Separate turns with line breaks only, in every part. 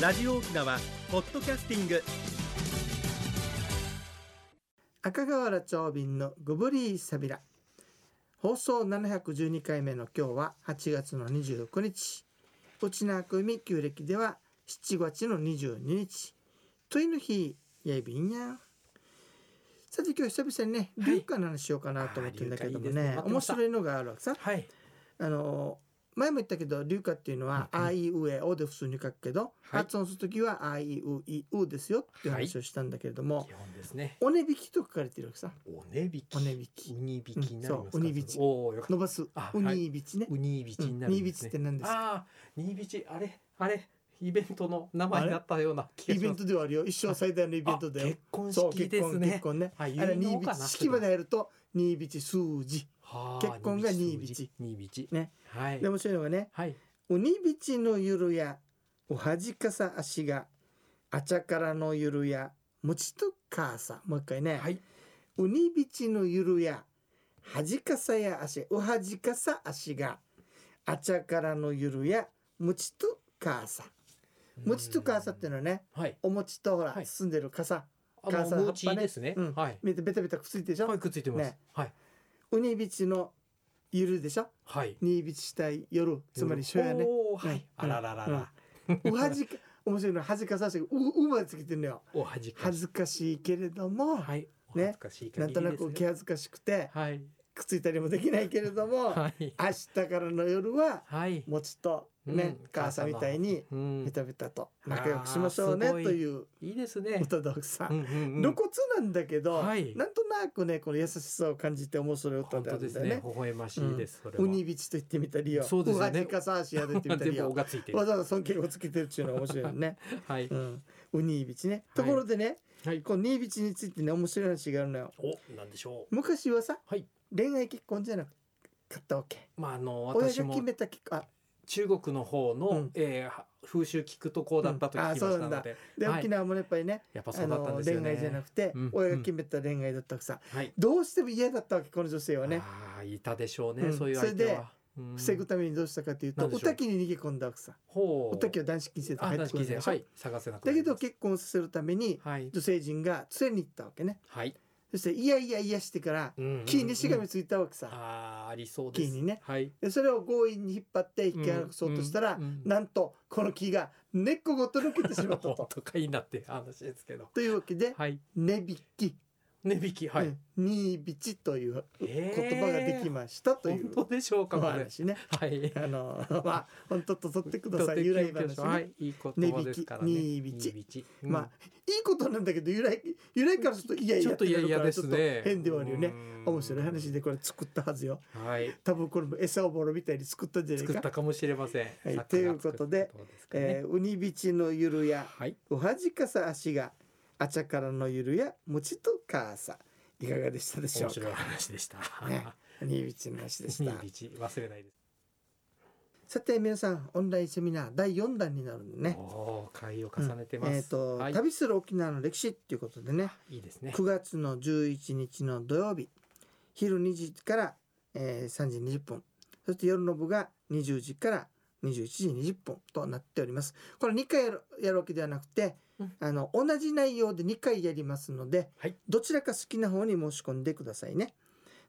ラジオ沖縄ポッドキャスティング
赤瓦町便のグブリーサビラ放送712回目の今日は8月の29日内縄組旧暦では7月の22日といの日やいびんやさて今日久々にね
はい
流化の話しようかなと思ってるんだけどもね,、
あー琉花いいですね待って
面
ました
白いのがあるわけさ
はい。
あの前も言ったけど流化っていうのは「
うんうん
あいうえお」で普通に書くけど、
はい
発音する時は「あいういう」ですよっていう話をしたんだけれども、
基本ですね。
おねびきと書かれてるわけさ
おねびき。
おねびき
うにびきになりますか。
うんそううにびち
おお、よかっ
伸ばす
あ
ウニビチね
た。、うにびちにな
うん
る
ニー
ん
ビ
で
チ
す
っ
ね
て。何ですか
ああ、にびち、あれ、あれ、イベントの名前だったような気が
イ
し
ベ
ま
ン
す。
トではあるよ一生最大のイベント
あ
だよ
結婚
そう
式
結
です
婚結
ね。
婚ね
はい、
あれ
結
ニー
納
ビ
か
チ式までやるとニービチ数字
はあ
結婚がにーびち。
にーびち。
ね。
はい
で。面白いのがね
はい。
ウニビチのゆるやおはじかさ足があちゃからのゆるやもちとかさもう一回ね、
はい。
ウニビチのゆるやはじかさや足おはじかさ足があちゃからのゆるやもちとかさもちとかさっていうのはね
うん。はい。
お餅とほら、
はい
包んでる傘
あ
母さん
の、も
葉っぱね
ちですね
うん。
はい。
見てベタベタくっついてるでしょ、
はい、くっついてます
ね。
はい。
ウニビチのゆるでしょ
はい。
ニービチしたい夜つまり初夜ね
おお、は
うん
い。あらららら。
おはじか面白いのは恥ずかさしくううまでつけてるのよ
おはじか
恥
し。
ずかしいけれども、
はい。お
ね
恥ずかしい限
なん
り
とな
です
く
ね
気恥ずかしくて
はい。
くっついたりもできないけれども、
はい。
明日からの夜は
はい。
餅とね、母さんみたいに
うん
ベタベタと仲良くしましょうね
あーすごい
という
いいですね。
歌道具さん
うんうんうん
露骨なんだけど、
はい
なんとなくねこの優しさを感じて面白い歌
本
であ
当
る
で
ん
す
だよ
ね
ね。。
微笑ましいです。それは。
ウニビチと言ってみたりよ。
そうですよね
ウハジカサーシやで言ってみ た
全
り
部尾
よ。
がついてる
わ。ざわざ尊敬をつけてるっていうのは面白い よね。
はい。
うん、ウニビチね。
は
と
い
ころでね、
はい。
このニービチについてね面白い話があるのよ。
お、なんでしょ
昔はさ、
はい
恋愛結婚じゃなかったわけ。
う。まあ、あの、
親
私
が決
も
めた結婚。あ
中国の方
う
の
ん、
えーは風習聞くとこうだったと
うんあ
聞きま
そ
し
うな
た
んだ
ので。
で、
はい
沖縄もねやっぱりね
やっぱ
あ
そうだったん
の
ですよ
恋愛じゃな
ね。
くて、
うん
親が決めた恋愛だったわけさ、
はい。
どうしても嫌だったわけこの女性はね。
ああ、いたでしょう
う
ね。
ん
そういう相手は。うん
防ぐためにどうしたかというと、
なんで
お
しょう
たきに逃げ込んだわけさ。
ほう。
おたきは男子禁制で
あ、
入っ
男
て
子
くる
禁
んで
制。
しょ
はい。探せなくな
だ
り
け
ます
ど、結婚させるために、
はい。
女性陣が連れに行ったわけね。
はい。
そして、いやいやいやしてから、木にしがみついたわけさ。
ああー、ありそうです。
木にね
はい。
でそれを強引に引っ張って引き離そうとしたら、
うんうん
なんと、この木が根っこごと抜けてし まった
本当
と。
かいいなって話ですけど。
というわけで、
はい。
根引き、
値引き、は
う
い。
ん二引ちという
言
言葉ができ
す。
ましたとい
本
う
当でしょうか、
お
これ。
話ね。
はい。
あの、 まあ、本当と取ってください。由来話ね。
はい、いい言葉ですからね。
値引き
値引きうん
まあいいことなんだけど由来由来からするといやい
ち
や
ょっと
っ
嫌
てなるから
々です
ちょっ
ね。
と変ではあるよね
うん
面白い話。でこれ作ったはずよ
はい。
多分これも餌をぼろみたいに作ったんじゃない
作っ
か
たかもしれません。
はい
作家が作った
ということで
こですかね
えーウニビチのゆるや
はい。
おはじかさ足があちゃからのゆるやもちとかさいかがでしたでしょ
面
う
白い
か
話でした。
ねウニビチの話でし
値
た
引き忘れないです。
さて皆さんオンラインセミナー第4弾になるんでね
おお、会を重ねてま
うんえっ
す。
と
はい。
旅する沖縄の歴史っていうことでね
いいですね。
9月の11日の土曜日昼2時から、えー3時20分そして夜の部が20時から21時20分となっておりますこれ2回やるやるわけではなくて、
うん
あの同じ内容で2回やりますので、
はい
どちらか好きな方に申し込んでくださいね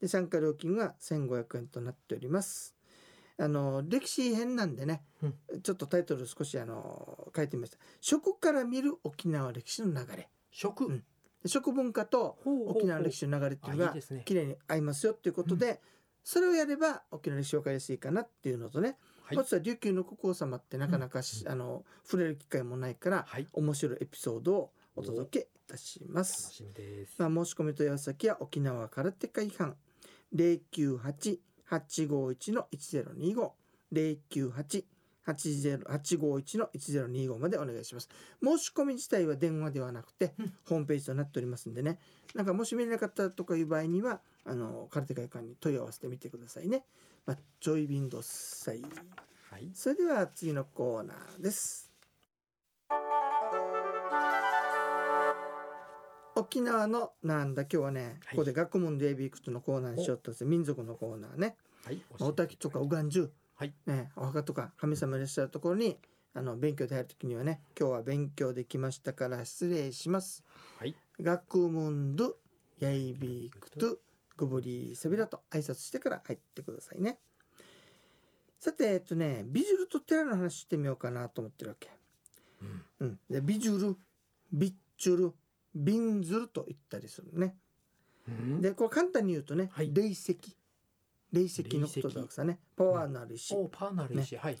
で参加料金は1500円となっておりますあの歴史編なんでね、ちょっとタイトル少しあの書いてみました食から見る沖縄歴史の流れ
食
うんで食文化と沖縄の歴
史
史の流れっていうの
あい
が
いですね。
綺麗に合いますよっていうことで、それをやれば沖縄の歴史を分かりやすいかなっていうのとね、
はい
まずは琉球の国王様ってなかなかし、あの触れる機会もないから
はい。
面白いエピソードをお届けいたしま
楽
す。
しみです。
まあ、申し込み問い合わせ先は沖縄空手会館098-851-1025 098-851-1025までお願いします申し込み自体は電話ではなくて
うん
ホームページとなっておりますんでねなんかもし見れなかったとかいう場合にはあの空手会館に問い合わせてみてくださいね、まあ、ちょい便どっさい
はい。
それでは次のコーナーです沖縄のなんだ今日はね、ここで学問でエビクトのコーナーにしようとして民族のコーナーね
はい。
おたきとかおがんじゅう、
はい
ね、お墓とか神様いらっしゃるところにあの勉強で入る時にはね今日は勉強できましたから失礼します。
はい。
学問どやいびくとごぶりさびらと挨拶してから入ってくださいね。さてえっとねビジュルと寺の話してみようかなと思ってるわけ。
うん
うん、でビジュルビッチュルビンズルと言ったりするね。
うん、
でこれ簡単に言うとね、
はい
累積累積のことだくさねパワーのある石、
おパーナル石、はい。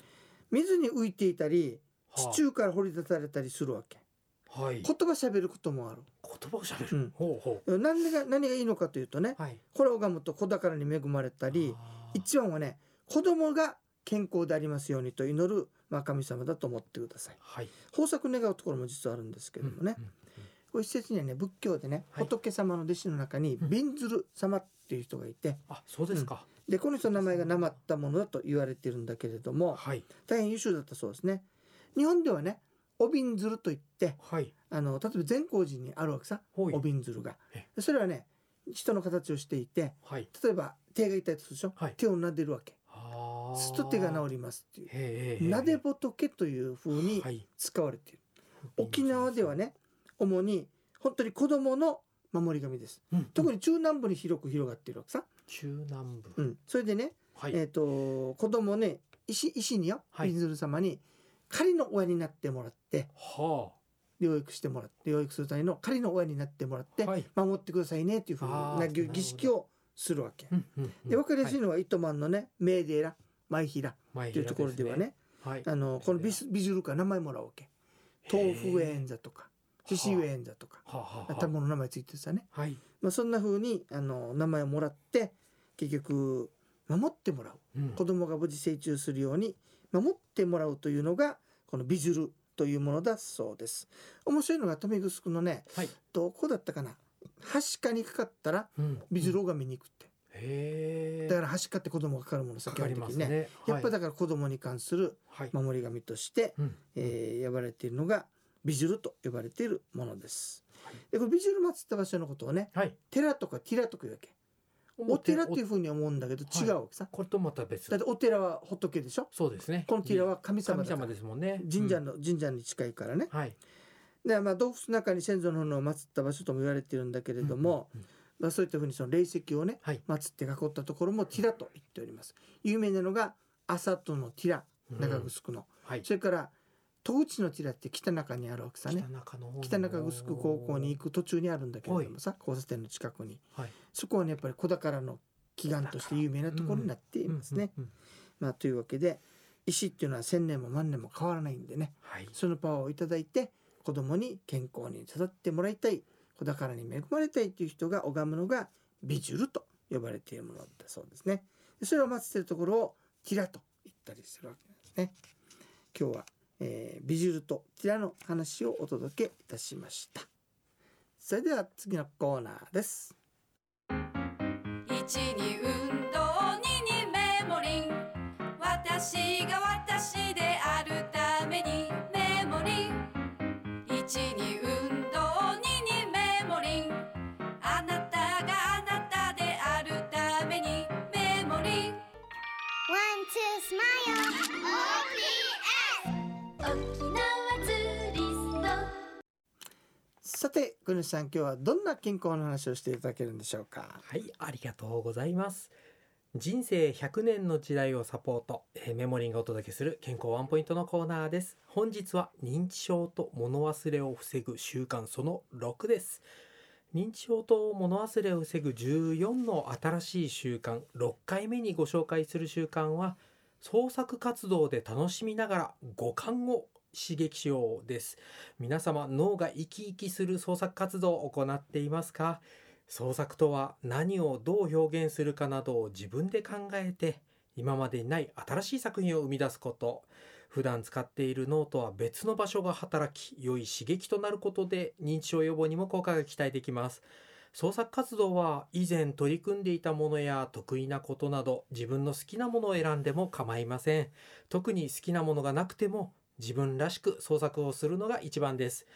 水に浮いていたり
はあ
地中から掘り出されたりするわけ
はい。
言葉しゃべることもあ
言葉を喋
う
る。
ん
ほうほ
る何が何がいいのかというとね
う。はい。
これを拝むと子宝に恵まれたり
あー
一番はね子供が健康でありますようにと祈る、まあ、神様だと思ってください
はい。
豊作願うところも実はあるんですけどもね、
うん。うん
これ一説にはね仏教でね、
はい
仏様の弟子の中に
うん
びんずる様っていう人がいて
あ、そうですか。
でこの人の名前がなまったものだと言われてるんだけれども、
はい。
大変優秀だったそうですね日本ではねおびんずるといって
はい。
あの例えば善光寺にあるわけさ
ほい
おびんずるが
え
それはね人の形をしていて
はい。
例えば手が痛いとするでしょ、
はい
手を撫でるわけ
ああ。
すっと手が治りますっていう
へえ。へえ
撫で仏という風に
はい。
使われている、沖縄では。ね主に本当に子供の守り神です
うん、
特
に
に中南部に広く広がっているわけさ、
中南部。
うん、それでね
はい。
えー、と子供ね石石によ
はい
びんずる様に仮の親になってもらって
は
養育してもらって養育するための仮の親になってもらって
あ。はい。
守ってくださいねっていうふう
あー
な
なるほど
儀式をするわけ。
うんうんうん
で分かりやすい
は
のは糸満のねメーデーラマイヒラ
前
っていうところではね。
はい。
あのこのビスビジュルから名前もらうわけ豆腐ウェーンザとか獅子ウェーンザとか
はあはあはあ
頭の名前ついてたね、
はい。
まあ、そんな風にあの名前をもらって結局守ってもらう
うん
子供が無事成長するように守ってもらうというのがこのビジュルというものだそうです面白いのがトミグスクのね
はい。
どこだったかなはしかにかかったら
うん
ビジュルを拝みに行くって、
へえ。
だからはしかって子供がかかるもの
かかり
基本
ま
的
す
に
ね。
やっぱ
だ。
だから子供に関する
はい。
守り神として、
うん
えー呼ばれているのがビジュルと呼ばれているものです
はい
でこれビジュル祀った場所のことをね
はい。
寺とかティラとか言うわけお寺っていうふうに思うんだけど
はい
違うわけさ、
これとまた別
だってお寺は仏でしょ
そうですね
このティラは神様
神
だか
様
ら
ですもんね
神社
の、
の、神社に近いからね。
うんはい
でまあ洞窟の中に先祖の炎を祀った場所とも言われているんだけれども、
うんうん
まあ、そういったふうにその霊石をね、
はい
祀って囲ったところもティラと言っております。有名なのが朝戸のティラ
うん
中城の、
はい
それから戸口のティラって北中にあるわけさね
北中の
北中城高校に行く途中にあるんだけれどもさ交差点の近くに
はい
そこはねやっぱり子宝の祈願として有名なところになっていますね。
うんうんうん
まあ、というわけで石っていうのは千年も万年も変わらないんでね
はい
そのパワーをいただいて子供に健康に育ってもらいたい子宝に恵まれたいという人が拝むのがビジュルと呼ばれているものだそうですねでそれを祀っているところをティラと言ったりするわけなんですね今日は、えービジュルとティラの話をお届けいたしましたそれでは次のコーナーです
一に運動二にメモリン私が私であるためにメモリン一に運動二にメモリンあなたがあなたであるためにメモリン
One, two, smile. OPS! 沖縄ツーリスト。
さて国吉さん今日はどんな健康の話をしていただけるんでしょうか
はいありがとうございます人生100年の時代をサポート、えーメモリンがお届けする健康ワンポイントのコーナーです本日は認知症と物忘れを防ぐ習慣その6です認知症と物忘れを防ぐ14の新しい習慣6回目にご紹介する習慣は創作活動で楽しみながら五感を刺激しようです皆様脳が生き生きする創作活動を行っていますか創作とは何をどう表現するかなどを自分で考えて今までにない新しい作品を生み出すこと普段使っている脳とは別の場所が働き良い刺激となることで認知症予防にも効果が期待できます創作活動は以前取り組んでいたものや得意なことなど自分の好きなものを選んでも構いません特に好きなものがなくても自分らしく創作をするのが一番です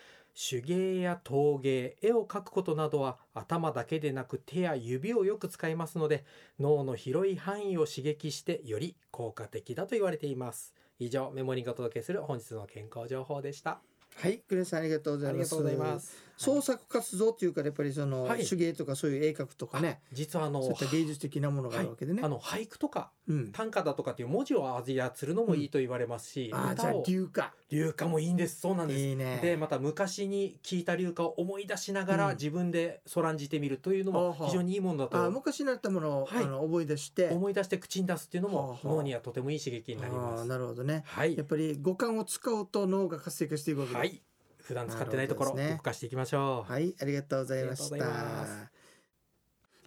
手芸や陶芸絵を描くことなどは頭だけでなく手や指をよく使いますので脳の広い範囲を刺激してより効果的だと言われています以上メモリーがお届けする本日の健康情報でした
はい、クレさんありがとうござ
あ
い
りが
ます。
とうございます
創作活動っていうからやっぱりその、
はい
手芸とかそういう絵描くとかね、
実はあの
そういった芸術的なものがあるわけでね。
あの俳句とか
うん。
短歌だとかっていう文字を操るのもいいと言われますし、
あーじ
歌
ゃあ
を
流歌。
流歌もいいんですそうなんです
いいね。
でまた昔に聞いた流歌を思い出しなが
うん
ら自分でそらんじてみるというの
ほう
も
ほう
非常にいいものだ
あー
と
昔になったものを、
はい
あの思い出して。
思い出して口に出すっていうの
ほう
も
ほう
脳にはとてもいい刺激になりま
あー
す。
なるほどね。
はい
やっぱり五感を使うと脳が活性化していくわけだ
はい普段使ってないところ
なるほどですね
動かしていきましょう。
はい、ありがとうございま
あ
し
りがとうございま
た。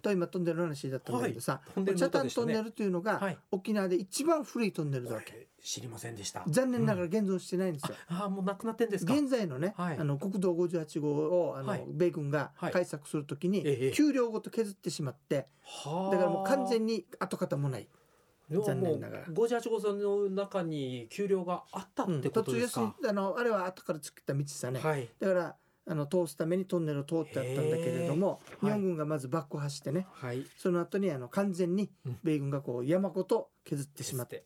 と今トンネルの話だったんだけどさ、
トンネル
チ
の
ャタ
歌
ン
でした
トンネ
ね。
ルというのが、
はい
沖縄で一番古いトンネルだ
こ
わけ。
れ知りませんでした。
残念ながら
うん
現存してないんですよ。
ああもうなくなってんですか。
現在のね、
はい
あの国道58号をあの、
はい
米軍が
はい
開削するときに、
ええ
給料ごと削ってしまって、だからもう完全に跡形もない。
に
残念ながら
五十八号さんの中に給料があったっ
うん
てこ
途
と
中
で
要
す
する
か。
にあのあれは後から作った道さね。
はい。
だからあの通すためにトンネルを通ってあったんだけれども、
へえ
日
はい
本軍がまず爆破してね、
はい。
その後にあの完全に
うん
米軍がこう山ごと削ってしまって、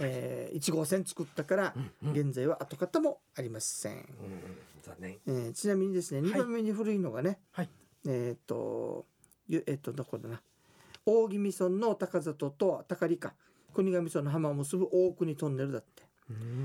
えー、1号線作ったから
うんうん
現在は跡形もありません、
うん残念。
えーちなみにですね
はい
2番目に古いのがね、
はい
えーっとゆえーっとどこだな大宜味村の高里と高里か国頭村の浜を結ぶ大国トンネルだって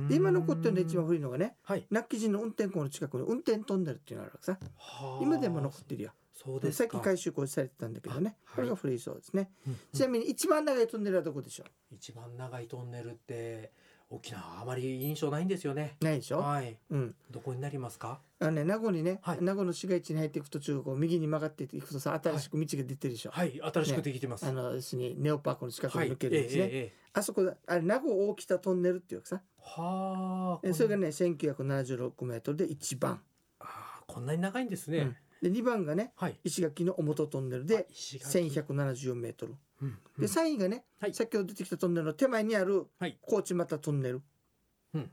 で今残ってるので一番古いのがね
はい。
ナッキ人の運転校の近くに運転トンネルっていうのがあるわけさ
はあ
今でも残ってるよ
そうです
さっ
か。
き改修工事されてたんだけどね、
あはい
これが古いそうですね
うんうん
ちなみに一番長いトンネルはどこでしょ
一番長いトンネルって沖縄あまり印象ないんですよね。
うないでしょ、
はい。
うん。
どこになりますか？
あのね、名護にね、
はい
名護の市街地に入っていく途中、こう右に曲がっていくとさ、新しく道が出てるでしょ。
はい、新しくできてます。
あの、要するにネオパークの近く
は
に
い
抜けるんですね。
ええええええ
あそこだ、あれ、名護大北トンネルっていうさ、
はあ。
えそれが
ね。
ね、1976メートルで1番。
ああ、こんなに長いんですね。
うんで、2番がね、
はい。
石垣の表トンネルで
あ、石垣
1174メートル。
うんうん
で、3位がね、
はい
先ほど出てきたトンネルの手前にある
はい
高知又トンネル。
うん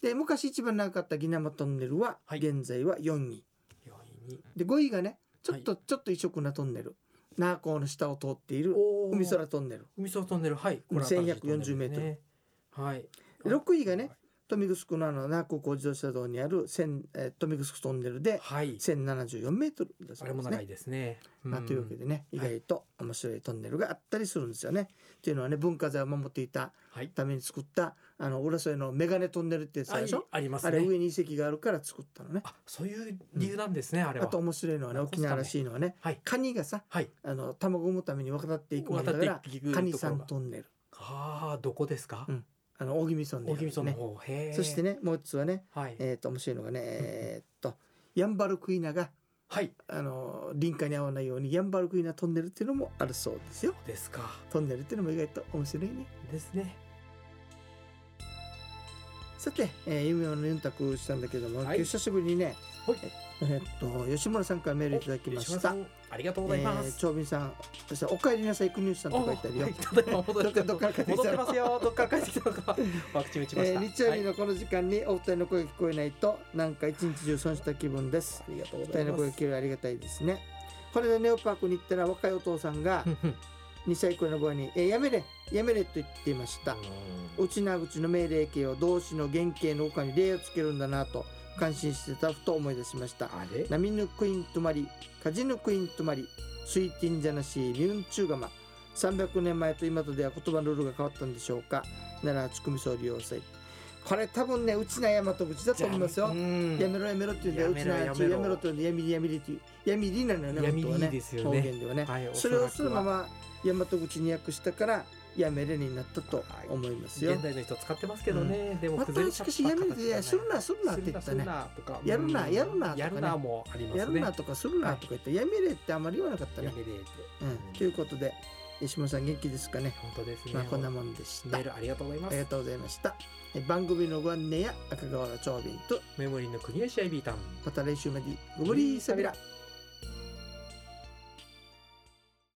で、昔一番長かった宜名間トンネルは、
はい
現在は4位。
四位に。
で5位がねちょっと、ちょっと異色なトンネル那覇港の下を通っている
おー
海空トンネル
海空トンネル、はい。これ新しいトンネルですね
1140メートル。
はい。
六位がね。豊見城のあの那覇空港自動車道にある千、えー、豊見城トンネルで
はい。
1074メートルだ
あ
そう
れ
で
も
す
長い
ね。
ですね。
まあ、というわけ
で。
でね、意外と面白いトンネルがあったりするんですよね。っていうのはね文化財を守っていた
はい。
ために作ったあの浦添のメガネトンネルってやつあ
あ
るでしょ
ありま
あ
す
れ
ね。
上に遺跡があるから作ったのね。
あ、そういう理由なんですね。あれ
あ
は。
と面白いのはね
残すた
沖
め
縄らしいのはね
はい。
カニがさ
はい。
あの卵を産むために渡っていくもんだ
渡っ
から
ていくところが
カニさんトンネル
ああ、どこですか
う？んあの大宜味村で
大
や
宜
るね
味村の方。へえ。
そして。ねもう一つはね
はい。
えっ、と面白いのがね
うん
えっとヤンバルクイナが
はい。
あの林家に合わないようにヤンバルクイナトンネルっていうのもあるそうですよ
ですか。
トンネルっていうのも意外と面白いね
ですね。
さて、えー、夢をの4択したんだけども、
はい
久しぶりにね
はい
えっと吉村さんからメールいただきま
吉
し
村
た
さんありがとう
え
ございます。
ー長瓶さんそして「おかえりなさい国吉さん」と書いてあるよ、
はいただいま戻ってきた
どっから帰ってきたの
戻ってますよ。どっから帰ってきたのか。ワクチン打ちまし
え
た。
ー日曜日
はい
のこの時間にお二人の声が聞こえないと、なんか一日中損した気分です
ありがとう
お
ご
二
ざい
人
ま
の
す
声が聞けるありがたいですねこれでネオパークに行ったら若いお父さんが
うんうん
2歳くらいの子に「えーやめれやめれ」と言っていましたうちなぐちの命令形を動詞の原形の他に例をつけるんだなと感心してたふと思い出しました
あれ
「ナミヌクイントマリカジヌクイントマリスイティンジャナシーミュンチューガマ」300年前と今とでは言葉のルールが変わったんでしょうか奈良八組総利用祭これ多分ねうちな大和口だと思いますよ、
うん
やめろやめろって言うんだ
やめ
ようち
ろ
なや
や
つ
めろ
やめろって言うんでやみりやみりっていうやみりなのよね
やみり
本当は
ですよ
方
ね
言ではね、
はい
それを
お
そ
ら
の
く
ま
は
ま大和口に訳したからやめれになったと思いますよ、
現代の人使ってますけどね。でも
また
崩れ
し
ちゃっ
か
た
しやめるでするなするなって言った
す
ね
るなとか
やるな
うん
やるなとかね
やるなもありますね。
やるなとかするなとか言って、やめれってあんまり言わなかった
や
ね
めれって
うん、ということで石村さん元気ですかね
本当ですね。
まあこんなもんでした
メールありがとうございま
ありが
す。
とうございましたえ番組のご案内や赤川原長瓶と
メモリーの国吉アイビータン。
また来週までご無理さびら